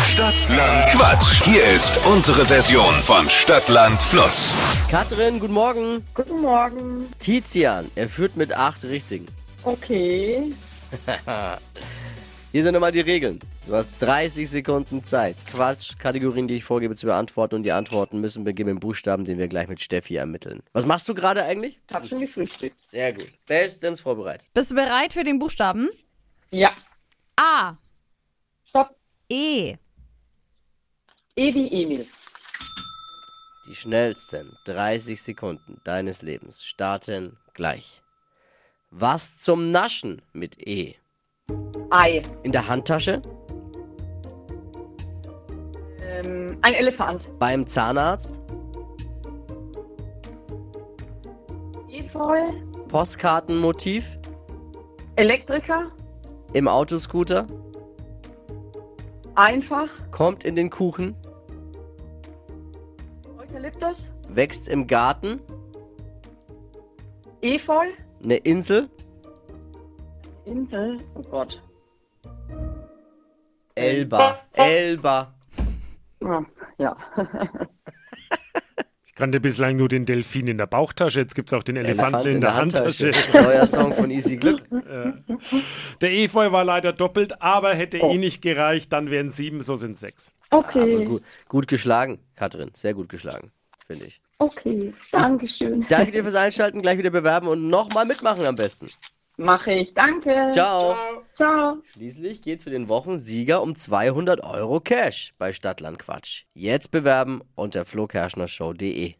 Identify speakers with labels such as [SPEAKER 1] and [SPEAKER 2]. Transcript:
[SPEAKER 1] Stadtland Quatsch. Hier ist unsere Version von Stadtland Fluss.
[SPEAKER 2] Katrin, guten Morgen.
[SPEAKER 3] Guten Morgen.
[SPEAKER 2] Tizian, er führt mit acht Richtigen.
[SPEAKER 3] Okay.
[SPEAKER 2] Hier sind nochmal die Regeln. Du hast 30 Sekunden Zeit, Quatsch, Kategorien, die ich vorgebe, zu beantworten. Und die Antworten müssen beginnen mit Buchstaben, den wir gleich mit Steffi ermitteln. Was machst du gerade eigentlich?
[SPEAKER 3] Hab schon gefrühstückt.
[SPEAKER 2] Sehr gut. Bestens vorbereitet.
[SPEAKER 4] Bist du bereit für den Buchstaben?
[SPEAKER 3] Ja.
[SPEAKER 4] A,
[SPEAKER 3] Stopp.
[SPEAKER 4] E,
[SPEAKER 3] E wie Emil.
[SPEAKER 2] Die schnellsten 30 Sekunden deines Lebens starten gleich. Was zum Naschen mit E?
[SPEAKER 3] Ei.
[SPEAKER 2] In der Handtasche?
[SPEAKER 3] Ähm, ein Elefant.
[SPEAKER 2] Beim Zahnarzt?
[SPEAKER 3] Efeu.
[SPEAKER 2] Postkartenmotiv?
[SPEAKER 3] Elektriker.
[SPEAKER 2] Im Autoscooter?
[SPEAKER 3] Einfach.
[SPEAKER 2] Kommt in den Kuchen?
[SPEAKER 3] Eukalyptus.
[SPEAKER 2] Wächst im Garten?
[SPEAKER 3] Efeu.
[SPEAKER 2] Eine Insel?
[SPEAKER 3] Insel. Oh Gott.
[SPEAKER 2] Elba. Elba.
[SPEAKER 3] Ah, ja.
[SPEAKER 5] Ich kannte bislang nur den Delfin in der Bauchtasche, jetzt gibt es auch den Elefanten in, der, Handtasche.
[SPEAKER 2] Neuer Song von Easy Glück.
[SPEAKER 5] Der Efeu war leider doppelt, aber hätte eh nicht gereicht, dann wären sieben, so sind sechs.
[SPEAKER 2] Aber
[SPEAKER 3] Okay.
[SPEAKER 2] gut, gut geschlagen, Katrin. Sehr gut geschlagen, finde ich.
[SPEAKER 3] okay. Dankeschön.
[SPEAKER 2] Danke dir fürs Einschalten. Gleich wieder bewerben und nochmal mitmachen am besten.
[SPEAKER 3] Mache ich. Danke.
[SPEAKER 2] Ciao.
[SPEAKER 3] Ciao.
[SPEAKER 2] Schließlich geht's für den Wochensieger um 200 Euro Cash bei Stadtland Quatsch. Jetzt bewerben unter flokerschnershow.de.